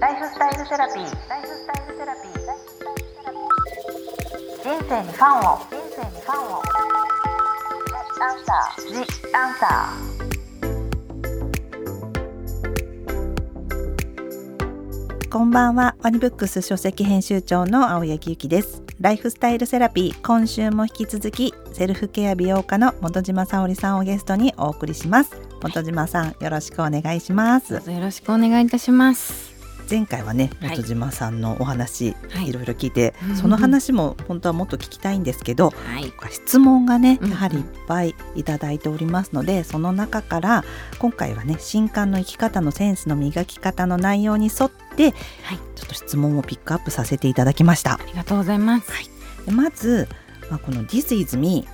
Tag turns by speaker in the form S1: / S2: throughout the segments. S1: ライフスタイルセラピー。ライフスタイルセラピー。ライフスタイルセラピー人生にファンを。人生にファンを。アンサー。ジアンサ
S2: こんばんは、ワニブックス書籍編集長の青柳ゆきです。ライフスタイルセラピー、今週も引き続き、セルフケア美容家の本島沙織さんをゲストにお送りします。本島さん、よろしくお願いします。
S3: よろしくお願いいたします。
S2: 前回はね、
S3: はい
S2: 本島さんのお話、、
S3: はいい
S2: ろいろ聞いて
S3: う、ん
S2: その話も本当はもっと聞きたいんですけど、
S3: はい。
S2: 質問がね、
S3: うん
S2: やはりいっぱいいただいておりますので、その中から、今回はね、新刊の生き方のセンスの磨き方の内容に沿って、
S3: はい
S2: ちょっと質問をピックアップさせていただきました。
S3: ありがとうございます。
S2: でまず、まあ、この「This is me、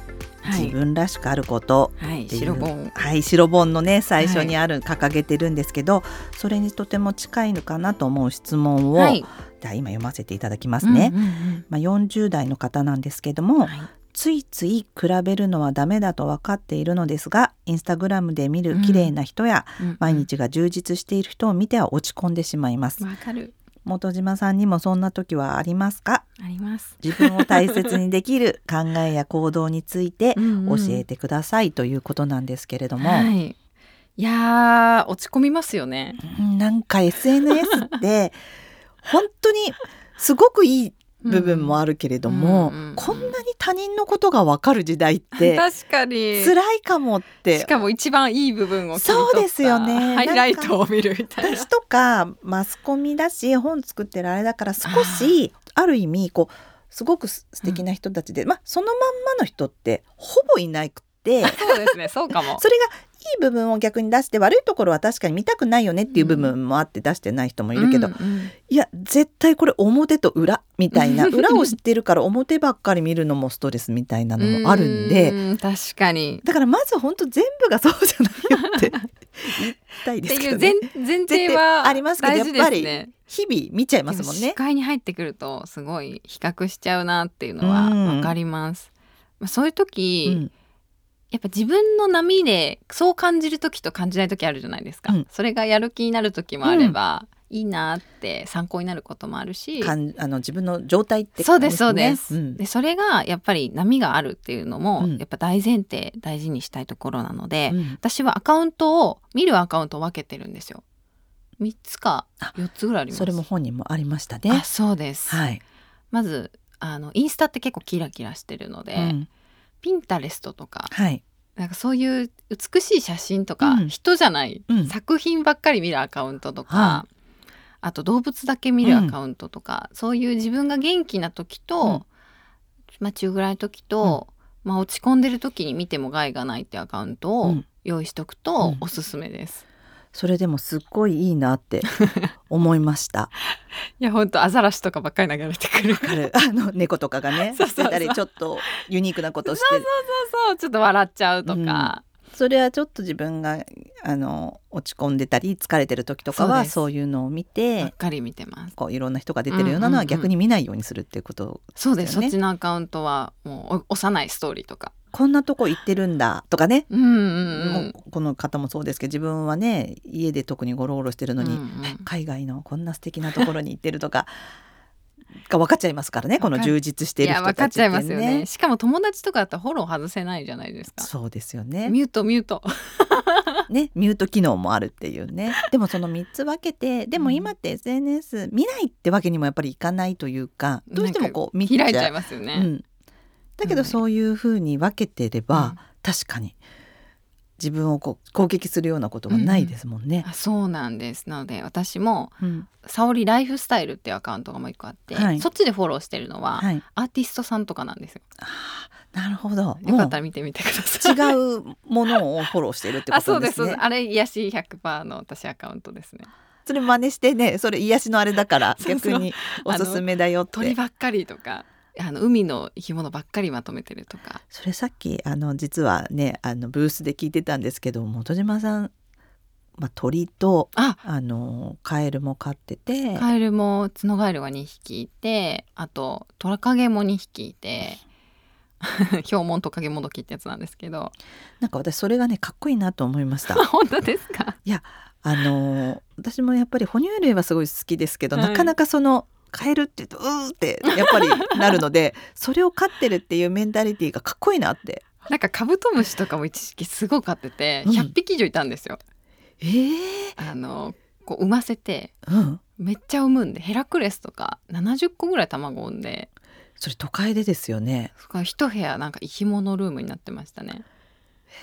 S2: 自。分らしくあること
S3: はい。
S2: っていう」
S3: 白本。
S2: はい、白本のね最初にある、掲げてるんですけどそれにとても近いのかなと思う質問を、
S3: はい。
S2: じゃあ今読ませていただきますね。
S3: うんうん
S2: まあ、40代の方なんですけども、
S3: うんはい
S2: ついつい比べるのはダメだと分かっているのですがインスタグラムで見る綺麗な人や、
S3: うん
S2: 毎日が充実している人を見ては落ち込んでしまいます
S3: わかる。
S2: 本島さんにもそんな時はありますか
S3: あります。
S2: 自分を大切にできる考えや行動について教
S3: 教
S2: え。てくださいということなんですけれども、
S3: はい。いやー落ち込みますよね。
S2: うんなんか SNS って本当にすごくいい部分も
S3: あ
S2: あるけれども、
S3: うんうんうん
S2: こんなに他人のことがわかる時代って
S3: 確かに。
S2: 辛いかもって
S3: しかも一番いい部分を切り取った
S2: そうですよね
S3: ハイライトを見るみたいな。
S2: 私とかマスコミだし本作ってるあれだから少しある意味こうすごくす素敵な人たちで、まあそのまんまの人ってほぼいなく て。
S3: そうですね。そうか も。
S2: それがいい部分を逆に出して悪いところは確かに見たくないよねっていう部分もあって出してない人もいるけど、
S3: うんうん
S2: いや絶対これ表と裏みたい な
S3: うん
S2: 裏を知ってるから表ばっかり見るのもストレスみたいなのもあるんで。
S3: う確かに。
S2: だからまず本当全部がそうじゃないよ って言いたい
S3: っ
S2: で
S3: て
S2: す
S3: い
S2: けど
S3: う前
S2: ね。
S3: 前提は
S2: ありますけど
S3: 大事ですね
S2: やっ日々見ちゃいますもん
S3: で視
S2: ね。
S3: 界に入ってくるとすごい比較しちゃうなっていうのは
S2: うん
S3: わかります。まあ、そういう
S2: う
S3: 時、
S2: ん、
S3: やっぱ自分の波でそう感じる時と感じない時あるじゃないですか。
S2: うん
S3: それがやる気になる時もあれば、いいなって参考になることもあるし、
S2: かんあの自分の状態って
S3: そう
S2: 感じ
S3: ですそう
S2: ね
S3: です。
S2: うん
S3: でそれがやっぱり波があるっていうのも、
S2: うん
S3: やっぱ大前提大事にしたいところなので、
S2: うん
S3: 私はアカウントを見るアカウントを分けてるんですよ。三つか四つぐらいあります。
S2: それも本人もありました
S3: あ
S2: ね。
S3: そうです。
S2: はい。
S3: まずあのインスタって結構キラキラしてるので、
S2: うん
S3: ピンタレストとか
S2: はい。
S3: なんかそういう美しい写真とか、
S2: うん
S3: 人じゃない、
S2: うん
S3: 作品ばっかり見るアカウントとか、
S2: は
S3: あと動物だけ見るアカウントとか、そういう自分が元気な時と、
S2: うん
S3: まあ、中ぐらいの時と、まあ、落ち込んでる時に見ても害がないってアカウント
S2: う
S3: を
S2: ん
S3: 用意しとくと
S2: うん
S3: おすすめです。
S2: それでもすっごいいいなって 思いました。
S3: いやほんとアザラシとかばっかり流れてくる
S2: わ
S3: か
S2: からるあの猫とかがね
S3: そうそうそ
S2: し
S3: う
S2: てたりちょっとユニークなことしてる
S3: そうそうちょっと笑っちゃうとか、
S2: それはちょっと自分があの落ち込んでたり疲れてる時とか
S3: そう
S2: は
S3: です
S2: そういうのを見
S3: ばってかり見てます。
S2: こういろんな人が出てるようなの
S3: うんうんう
S2: は
S3: ん
S2: 逆に見ないようにするっていうこと、
S3: そうです、
S2: ですよね
S3: そっちのアカウントはもうお幼いストーリーとか。
S2: こんなとこ行ってるんだとかね、
S3: うんうんう。
S2: もうんこの方もそうですけど自分はね家で特にゴロゴロしてるのに、
S3: うんうん
S2: え海外のこんな素敵なところに行ってるとか が分かっちゃいますからねこの充実してい
S3: い
S2: る
S3: や
S2: 人
S3: 分か
S2: た
S3: っ
S2: ち
S3: ちゃいます
S2: て
S3: よね。しかも友達とかだったらフォロー外せないじゃないですか。
S2: そうですよね
S3: ミュートミュート。
S2: ねミュート機能もあるっていうねでもその3つ分け てでも今って SNS 見ないってわけにもやっぱりいかないというかどうしてもこう見ちゃ
S3: 開
S2: う
S3: いちゃいますよね。
S2: うん、だけ
S3: う
S2: ど
S3: ん
S2: そういうふうに分けてれば、確かに自分をこう攻撃するようなことはないですもんね。
S3: あそうなんです。なので私も
S2: うん
S3: 沙織ライフスタイルっていうアカウントがもう一個あって、
S2: はい
S3: そっちでフォローしてるのは、
S2: はい、
S3: アーティストさんとかなんですよ。
S2: あーなるほど
S3: よかったら見てみてください。
S2: もう違うものをフォローしてるってこ
S3: あそ
S2: と
S3: う
S2: で
S3: です
S2: す
S3: そう
S2: ね。
S3: です。あれ癒し100%の私アカウントですね。
S2: それ真似してねそれ癒しのあれだから
S3: そうそ
S2: 逆
S3: う
S2: におすすめだよって
S3: 鳥ばっかりとかあの海の生き物ばっかりまとめてるとか。
S2: それさっきあの実はねあのブースで聞いてたんですけど本島さん、まあ、鳥と
S3: あ
S2: あのカエルも飼ってて、
S3: カエルもツノガエルが2匹いてあとトラカゲも2匹いて ヒョウモントカゲモドキってやつなんですけど
S2: なんか私それがねかっこいいなと思いました。
S3: 本当ですか
S2: あの私もやっぱり哺乳類はすごい好きですけど、
S3: はい
S2: なかなかその飼えるって言うとうーってやっぱりなるの でそれを飼ってるっていうメンタリティーがかっこいいなって
S3: なんかカブトムシとかも一時期すごく飼ってて
S2: うん
S3: 100匹以上いたんですよ。
S2: ええ
S3: あのこう産ませて
S2: うん
S3: めっちゃ産むんでヘラクレスとか70個ぐらい卵を産んで
S2: それ都会でですよね
S3: そこから一部屋なんか生き物ルームになってましたね。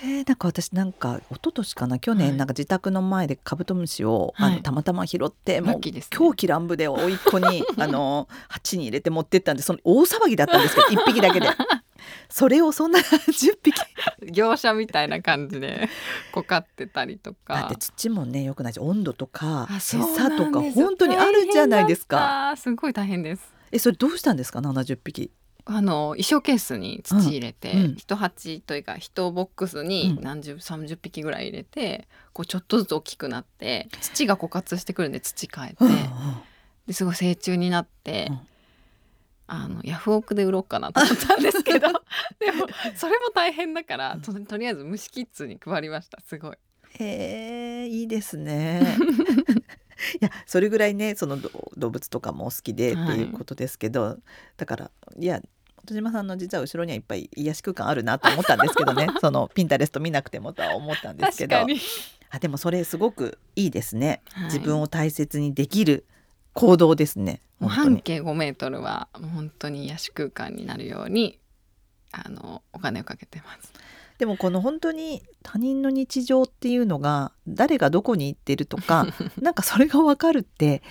S2: えー、なんか私なんか一昨年かな去
S3: は
S2: 年
S3: い
S2: なんか自宅の前でカブトムシを、
S3: はい
S2: あのたまたま拾って
S3: ラ
S2: も
S3: ッ
S2: う
S3: キーです、ね。
S2: 狂気乱舞で甥っ子 にあの鉢に入れて持ってったんでその大騒ぎだったんですけど1匹だけでそれをそ んな10匹
S3: 業者みたいな感じでこう飼ってたりと
S2: だっ
S3: か
S2: て。土もね良くないし温度とか
S3: あそう
S2: 餌
S3: な
S2: と
S3: ん
S2: か
S3: です
S2: 本当にあるじゃないですか。
S3: 大変だったすごい大変です。
S2: えそれどうしたんですか70匹
S3: あの衣装ケースに土入れて、
S2: うんうん
S3: 一鉢というか一ボックス
S2: う
S3: に
S2: ん
S3: 何十、三十匹ぐらい入れてこうちょっとずつ大きくなって土が枯渇してくるんで土変えて、
S2: うんうん
S3: ですごい成虫になって、
S2: うん
S3: あのヤフオクで売ろうかなと思ったんです けどでもそれも大変だからととりあえず虫キッズに配りましたすごい。
S2: へえいいですね。 いやそれぐらいねそのど動物とかもお好きでって
S3: はい
S2: いうことですけど、だからいや本島さんの実は後ろにはいっぱい癒し空間あるなと思ったんですけど ねそのピンタレスト見なくてもとは思ったんですけ
S3: 確
S2: ど
S3: かに、
S2: あでもそれすごくいいですね、
S3: はい
S2: 自分を大切にできる行動ですね
S3: も
S2: 本
S3: う
S2: 当
S3: 半
S2: に
S3: 径5メートルはもう本当に癒し空間になるようにあのお金をかけてます。
S2: でもこの本当に他人の日常っていうのが誰がどこに行ってると かなんかそれが分かるってやっ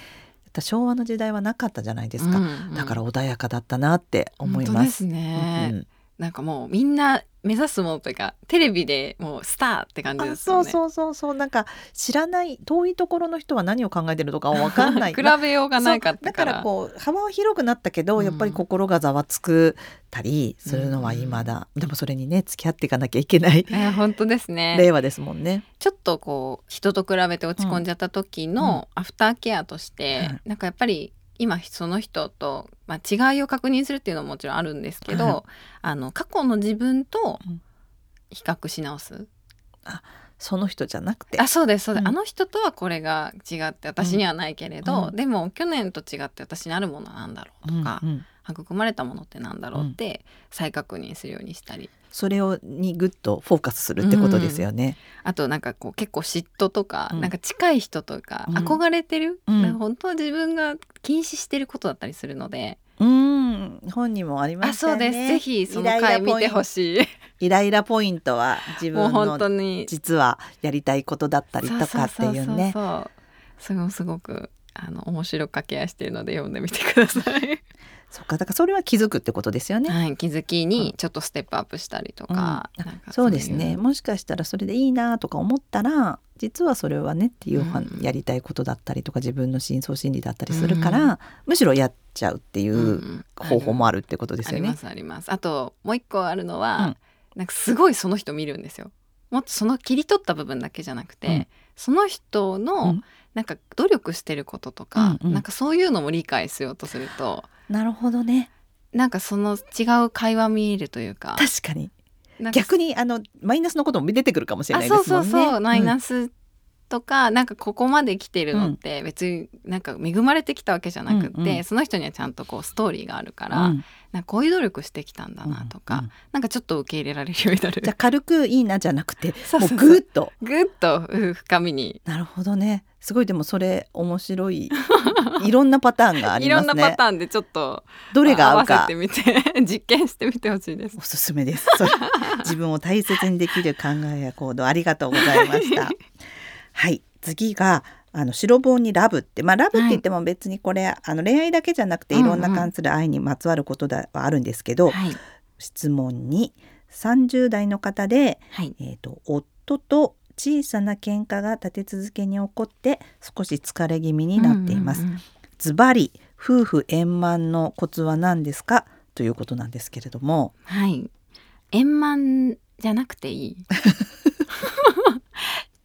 S2: ぱ昭和の時代はなかったじゃないですか、
S3: うんうん
S2: だから穏やかだったなって思い
S3: 本当
S2: ま。
S3: ですすね、
S2: うん
S3: なんかもうみんな目指すものというかテレビでもうスターって感じ
S2: あ
S3: です
S2: そ
S3: よ
S2: う
S3: ね。
S2: そうそうそうなんか知らない遠いところの人は何を考えてるのか分かんな い
S3: 比べようがないかったから。
S2: そうだからこう幅は広くなったけど、
S3: うん
S2: やっぱり心がざわつくたりするのは今だ、でもそれにね付き合っていかなきゃいけない
S3: えー本当ですね。
S2: 令和ですもんね。
S3: ちょっとこう人と比べて落ち込んじゃった時のアフターケアとして、
S2: はい
S3: なんかやっぱり今その人と、まあ、違いを確認するっていうのももちろんあるんですけど、
S2: はい
S3: あの過去の自分と
S2: うん
S3: 比較し直す、
S2: その人じゃなくて
S3: あそうですそうです、
S2: うん
S3: あの人とはこれが違って私にはないけれど、
S2: うん
S3: でも去年と違って私にあるものは何だろうとか、
S2: うんうん
S3: 育まれたものってなんだろうって再確認するようにしたり
S2: それをにグッとフォーカスするってことですよね。
S3: あとなんかこう結構嫉妬とか、
S2: うん
S3: なんか近い人とか
S2: うん
S3: 憧れてる、
S2: うん
S3: なんか本当は自分が禁止してることだったりするので、
S2: うん、本にもありま
S3: あ
S2: した
S3: そ
S2: ね。
S3: うですぜひその回見てほしい
S2: イライラポイントは自
S3: もう
S2: 分
S3: 本当
S2: の
S3: に
S2: 実はやりたいことだったりとかってい
S3: そううそう
S2: ね。
S3: そうそうそれもすごくあの面白く掛け合いしてるので読んでみてくださ い、
S2: そっかだからそれは気づくってことですよね。
S3: はい、気づきにちょっとステップアップしたりとか,、
S2: うん
S3: なんか
S2: そう
S3: い
S2: ですねもしかしたらそれでいいなとか思ったら実はそれはねっていうは
S3: うん
S2: やりたいことだったりとか自分の深層心理だったりするから、
S3: うん
S2: むしろやっちゃうってい
S3: うんう
S2: ううん方法もあるってことです
S3: あ
S2: よ
S3: り
S2: ね
S3: ま。すありますあともう一個あるのは、
S2: うん
S3: なんかすごいその人見るんですよもっとその切り取った部分だけじゃなくて、
S2: うん
S3: その人
S2: う
S3: の
S2: ん
S3: なんか努力してることとか、
S2: うんうん
S3: なんかそういうのも理解しようとすると
S2: なるほどね
S3: なんかその違う会話見えるというか
S2: 確かに
S3: なんか
S2: 逆にあのマイナスのことも出てくるかもしれ
S3: あ
S2: ないで
S3: そう
S2: す
S3: そ
S2: もん
S3: う
S2: ね。
S3: そう、マイ
S2: うん
S3: ナスとかなんかここまで来てるのって別になんか恵まれてきたわけじゃなくって、
S2: うんうん
S3: その人にはちゃんとこうストーリーがあるから、
S2: うん
S3: なんかこういう努力してきたんだなとか、
S2: うんうん
S3: なんかちょっと受け入れられるようになる
S2: じゃあ軽くいいなじゃなくて
S3: そう
S2: も
S3: そ
S2: う
S3: うそう
S2: ぐーっと
S3: ぐっとうん深みに
S2: なるほどねすごいでもそれ面白 いいろんなパターンがあ
S3: い
S2: り
S3: ろ
S2: ま
S3: ん
S2: す
S3: なパ
S2: ね
S3: ターンでちょっと
S2: どれが合う
S3: 合わ
S2: か
S3: せてみて実験してみてほしいです
S2: おすすめですそ れ自分を大切にできる考えや行動ありがとうございました はい次があの白棒にラブってまあラブって言っても別にこれ、あの恋愛だけじゃなくて
S3: うん
S2: い
S3: うん
S2: ろんな関する愛にまつわることではあるんですけど、
S3: い
S2: 質問に30代の方で
S3: はい
S2: えー、と夫と小さな喧嘩が立て続けに起こって少し疲れ気味になっています。
S3: うんうんうん
S2: ズバリ夫婦円満のコツは何ですかということなんですけれども、
S3: はい円満じゃなくてい い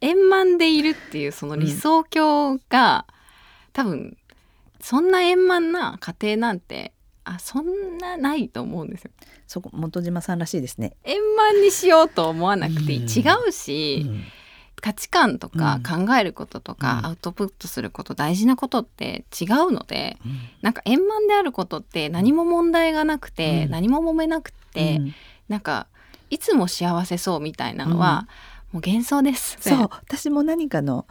S3: 円満でいるっていうその理想郷が、多分そんな円満な家庭なんてあそんなないと思うんですよ
S2: そこ元島さんらしいですね。
S3: 円満にしようと思わなくてい
S2: う
S3: い、
S2: ん
S3: 違うし、
S2: うん
S3: 価値観とか
S2: う
S3: 考えることとか、
S2: うん
S3: アウトプットすること大事なことって違うので
S2: うん
S3: なんか円満であることって何も問題がなくて、
S2: うん
S3: 何も揉めなくて、
S2: うん
S3: なんかいつも幸せそうみたいなのは、もう幻想です。
S2: そう私も何かの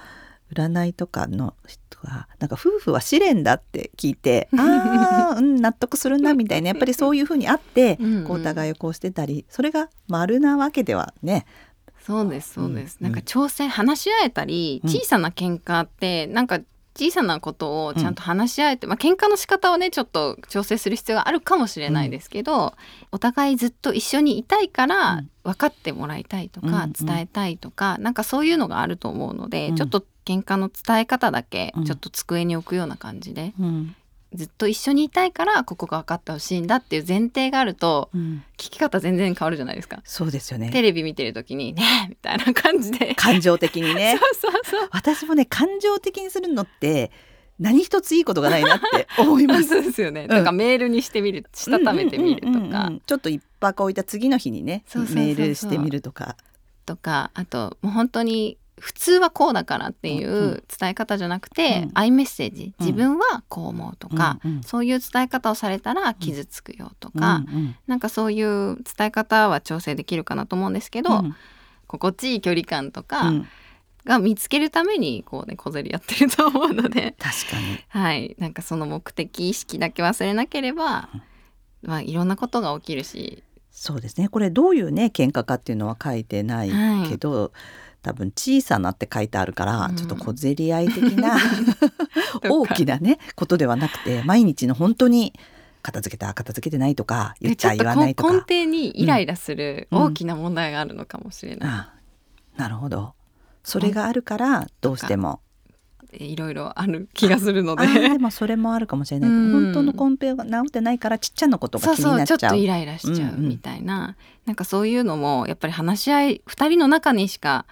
S2: 占いとかの人がなんか夫婦は試練だって聞い てあー、うん、納得するなみたいなやっぱりそういうふうにあって
S3: うんうん
S2: こうお互いをこうしてたりそれが丸なわけではね。
S3: そうですそうです、
S2: うん
S3: なんか調整話し合えたり、
S2: うん
S3: 小さな喧嘩ってなんか小さなことをちゃんと話し合えて、まあ喧嘩の仕方をねちょっと調整する必要があるかもしれないですけど、お互いずっと一緒にいたいか
S2: う
S3: ら
S2: ん
S3: 分かってもらいたいと
S2: うんう
S3: か、
S2: ん
S3: 伝えたいとかなんかそういうのがあると思うので、
S2: うん
S3: ちょっと喧嘩の伝え方だけ
S2: うん
S3: ちょっと机に置くような感じで、
S2: うん
S3: ずっと一緒にいたいからここが分かってほしいんだっていう前提があると聞き方全然変わるじゃないですか。
S2: そうですよ
S3: テ
S2: ね
S3: レビ見てる時に「ねえ」みたいな感じで
S2: 感情的にね
S3: そうそうそう。
S2: 私もね感情的にするのって何一ついいことがないなって思いま す。
S3: そうですよね。とかメールにしてみる、したためてみると
S2: う
S3: か、
S2: んうんうんうんちょっと一泊置いた次の日にね
S3: そうそうそうそう
S2: メールしてみるとか
S3: とか、あともう本当に普通はこうだからってい
S2: んう
S3: う伝え方じゃなくて、
S2: うん
S3: アイメッセージ、
S2: うん
S3: 自分はこう思うとか、
S2: うんうん
S3: そういう伝え方をされたら傷つくよとか、
S2: うんうん
S3: なんかそういう伝え方は調整できるかなと思うんですけど、
S2: うん
S3: 心地いい距離感と
S2: う
S3: か
S2: ん
S3: が見つけるためにこうね小競りやってると思うので。
S2: 確かに
S3: はい、なんかその目的意識だけ忘れなければ、まあ、いろんなことが起きるし、
S2: そうですねこれどういうね喧嘩かっていうのは書いてない
S3: はい
S2: けど、多分小さなって書いてあるから、
S3: うん
S2: ちょっと小競り合い的 な
S3: か
S2: 大きなねことではなく て毎日の本当に片付けた片付けてないとか言っ
S3: でちょ
S2: た
S3: っと
S2: 言わ
S3: こ
S2: な
S3: 根
S2: いとか
S3: 底にイライラする
S2: うん
S3: 大きな問題があるのかもしれない、
S2: あなるほどそれがあるからどうしても
S3: いろいろある気がするの
S2: あ
S3: で
S2: ーでもそれもあるかもしれない、
S3: うん
S2: 本当のコンペが治ってないからちっちゃなこと
S3: そ
S2: が
S3: う
S2: 気に
S3: そ
S2: な
S3: う
S2: っ
S3: ちょっ
S2: ちゃ
S3: と
S2: う
S3: イライラしちゃううん
S2: うん
S3: みたいな、なんかそういうのもやっぱり話し合い2人の中にしか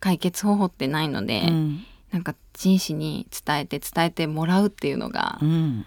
S3: 解決方法ってないので、
S2: うん
S3: なんか真摯に伝えて伝えてもらうっていうのが
S2: うん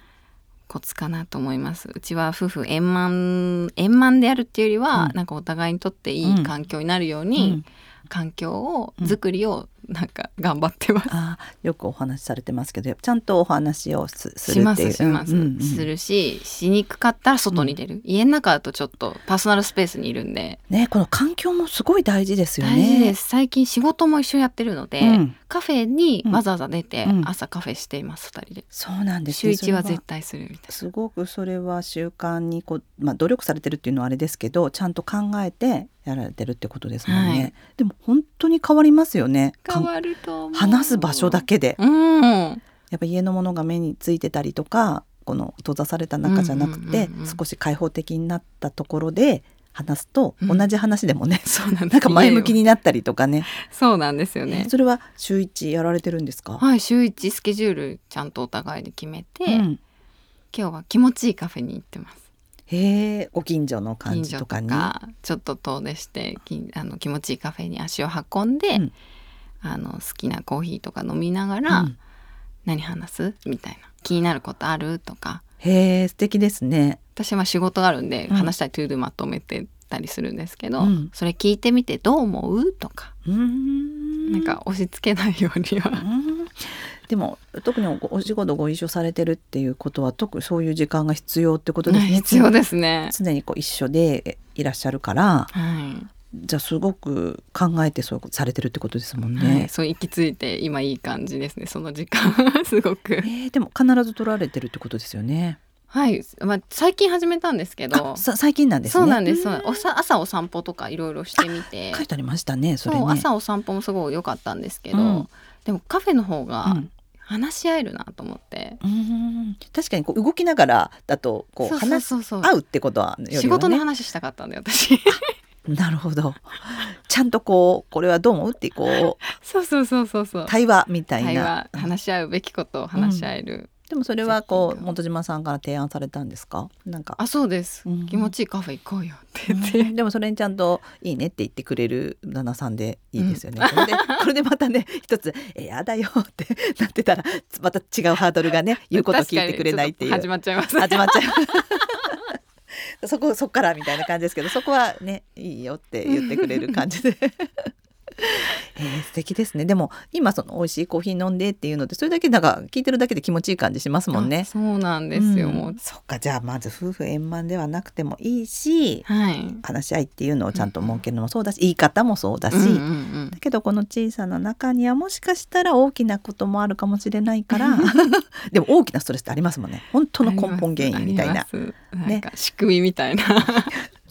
S3: コツかなと思いますうちは夫婦円満円満であるっていうよりは、
S2: うん
S3: なんかお互いにとってい
S2: うん
S3: い環境になるよう
S2: う
S3: に、
S2: ん
S3: 環境を
S2: うん
S3: 作りをなんか頑張ってます、
S2: あーよくお話しされてますけどちゃんとお話をすす
S3: し
S2: る
S3: ま
S2: っていう
S3: すします、
S2: うんうんうん
S3: するししにくかったら外に出る、家の中だとちょっとパーソナルスペースにいるんで、
S2: ねこの環境もすごい大事ですよね。
S3: 大事です最近仕事も一緒やってるので、
S2: うん
S3: カフェにわざわざ出て
S2: うん
S3: 朝カフェしています2人で、
S2: そうなんです
S3: 週
S2: ね、
S3: 1は
S2: それ
S3: 絶対するみたい
S2: すごくそれは習慣にこう、まあ、努力されてるっていうのはあれですけどちゃんと考えてやられてるってことですもんね、
S3: はい
S2: でも本当に変わりますよね
S3: な変わると思う
S2: かん話す場所だけで
S3: うん
S2: やっぱ家のものが目についてたりとかこの閉ざされた中じゃなくて、
S3: うんうんうんうん
S2: 少し開放的になったところで話すと、
S3: うん
S2: 同じ話でもね
S3: そうなんです
S2: なんか前向き
S3: に
S2: になったりとかね
S3: そうなんですよね
S2: それは週一やられてるんですか、
S3: はい週1スケジュールちゃんとお互いで決めて、
S2: うん
S3: 今日は気持ちいいカフェに行ってます
S2: へえ、ご近所の感
S3: 近
S2: じ
S3: 所
S2: と
S3: と
S2: か
S3: か
S2: に。
S3: ちょっと遠出してきあの気持ちいいカフェに足を運んで、
S2: うん
S3: あの好きなコーヒーとか飲みながら、
S2: うん
S3: 何話すみたいな気になることあるとか
S2: へえ、素敵ですね。
S3: 私は仕事があるんで、
S2: うん
S3: 話したいトゥードゥまとめてたりするんですけど、
S2: うん
S3: それ聞いてみてどう思うとか、
S2: うーん
S3: なんか押し付けないように
S2: う
S3: は、
S2: んでも特におお仕事ご一緒されてるっていうことは特にそういう時間が必要ってことですね。
S3: 必要ですね。
S2: 常にこう一緒でいらっしゃるから
S3: はい
S2: じゃあすごく考えてそういうことされてるってことですもん
S3: はい、
S2: ね。
S3: そう行き着いて今いい感じですねその時間 すごく
S2: えーでも必ず取られてるってことですよね。
S3: はい、まあ、最近始めたんですけど
S2: あさ最近なんですね。
S3: そうなんです。そ
S2: う
S3: うなんですおさ朝お散歩とかいろいろしてみて、
S2: 書いてありましたね。そ
S3: そ
S2: れね。
S3: う朝お散歩もすごい良かったんですけど、
S2: うん
S3: でもカフェの方
S2: う
S3: が
S2: ん
S3: 話し合えるなと思って、
S2: うん確かにこう動きながらだとこう
S3: そうそう
S2: 話
S3: そうそう
S2: 合うってことはよりはね
S3: 仕事の話したかったんで 私
S2: なるほどちゃんとこうこれはどう思うってこう
S3: そうそうそうそうそう
S2: 対話みたい
S3: 対
S2: な
S3: 話話し合うべきことを話し合える、
S2: でもそれはこう本島さんから提案されたんですかなんか
S3: あそうです、
S2: うん
S3: 気持ちいいカフェ行こうよって言って、
S2: でもそれにちゃんと「いいね」って言ってくれる旦那さんでいいですよね。これでこれでまたね一つ「えやだよ」ってなってたらまた違うハードルが ね言うこと聞いてくれないっていう
S3: 確かにちょと始まっちゃいます
S2: 始まっちゃ うそこそっからみたいな感じですけどそこはねいいよって言ってくれる感じで えー素敵ですねでも今その美味しいコーヒー飲んでっていうのでそれだけなんか聞いてるだけで気持ちいい感じしますもん
S3: あ
S2: ね。
S3: そうなんですよ、
S2: うん
S3: もう
S2: そっかじゃあまず夫婦円満ではなくてもいいし
S3: はい
S2: 話し合いっていうのをちゃんと設けるのもそうだし言い方もそうだし、
S3: うんうんうん
S2: だけどこの小さな中にはもしかしたら大きなこともあるかもしれないから でも大きなストレスってありますもんね本当の根本原因みたいな
S3: ありますあります
S2: ね
S3: なんか仕組みみたいな、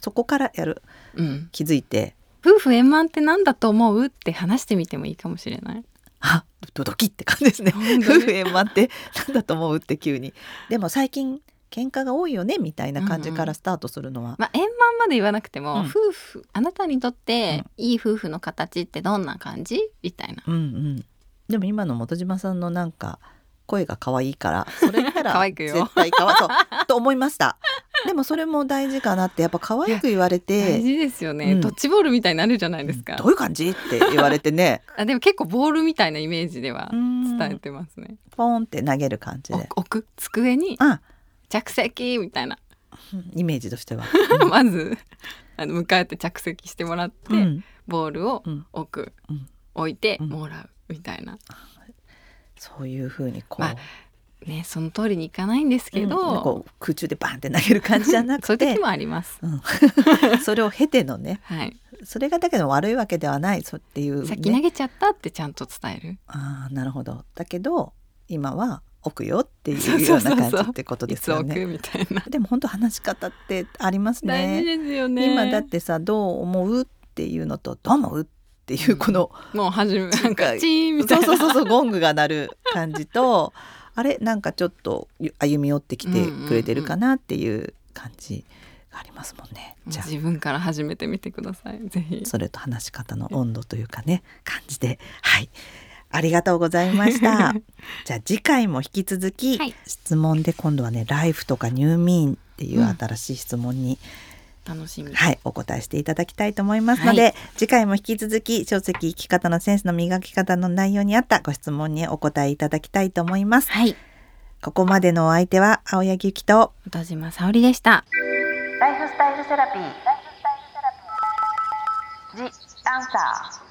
S2: そこからやる
S3: うん、
S2: 気づいて
S3: 夫婦円満ってなんだと思うって話してみてもいいかもしれない
S2: あドドキって感じですね
S3: 本当に
S2: 夫婦円満ってなんだと思うって急にでも最近喧嘩が多いよねみたいな感じからスタートするのは、
S3: まあ、円満まで言わなくても、
S2: うん
S3: 夫婦あなたにとっていい夫婦の形ってどんな感じみたいな
S2: うんうんでも今の本島さんのなんか声が可愛いからそれなら
S3: 可愛くよ
S2: 絶対可愛いそうと思いましたでもそれも大事かなってやっぱ可愛く言われて
S3: 大事ですよね、
S2: うん
S3: ドッジボールみたいになるじゃないですか、
S2: どういう感じって言われてね
S3: あでも結構ボールみたい なイメージでは
S2: うん
S3: 伝えてますね、
S2: ポンって投げる感じ
S3: お
S2: で
S3: 置く机に
S2: あ
S3: 着席みたいな、
S2: イメージと しては、
S3: まずあの迎えて着席してもらって、
S2: うん
S3: ボールを
S2: うん
S3: 置く、
S2: うん
S3: 置いて
S2: うん
S3: もらうみたいな、
S2: そういうふうにこう,、
S3: まあねその通りにいかないんですけど、
S2: うんこう空中でバンって投げる感じじゃな
S3: そうい
S2: く
S3: う時
S2: て
S3: もあります、
S2: うん それを経てのね
S3: はい
S2: それがだけど悪いわけではないそうっていう、ね、
S3: 先投げちゃったってちゃんと伝える
S2: あーなるほどだけど今は置くよって
S3: そう
S2: いうよ
S3: そううそうそ
S2: な
S3: う
S2: 感じってことですよ
S3: いつ
S2: ね。
S3: 置くみたいな
S2: でも本当話し方ってあります
S3: 大事
S2: ね。
S3: ですよね
S2: 今だってさどう思うっていうのとどう思うっていうこの
S3: もう始めなんかチーン みた
S2: そ
S3: いう
S2: そう
S3: な
S2: そうそうゴングが鳴る感じと あれなんかちょっと歩み寄ってきてくれてるかなっていう感じがありますもんね。じゃあ
S3: 自分から始めてみてくださいぜひ
S2: それと話し方の温度というかね感じではいありがとうございました じゃあ次回も引き続き、
S3: はい
S2: 質問で今度はねライフとか入眠っていう新しい質問に、
S3: 楽しみ
S2: はいお答えしていただきたいと思いますので、
S3: は
S2: 次回も引き続き書籍生き方のセンスの磨き方の内容に合ったご質問にお答えいただきたいと思います
S3: はい
S2: ここまでのお相手は青柳ゆきと
S3: 小島沙織でした
S1: ライフスタイルセラピー。ライフスタイルセラピー。The answer.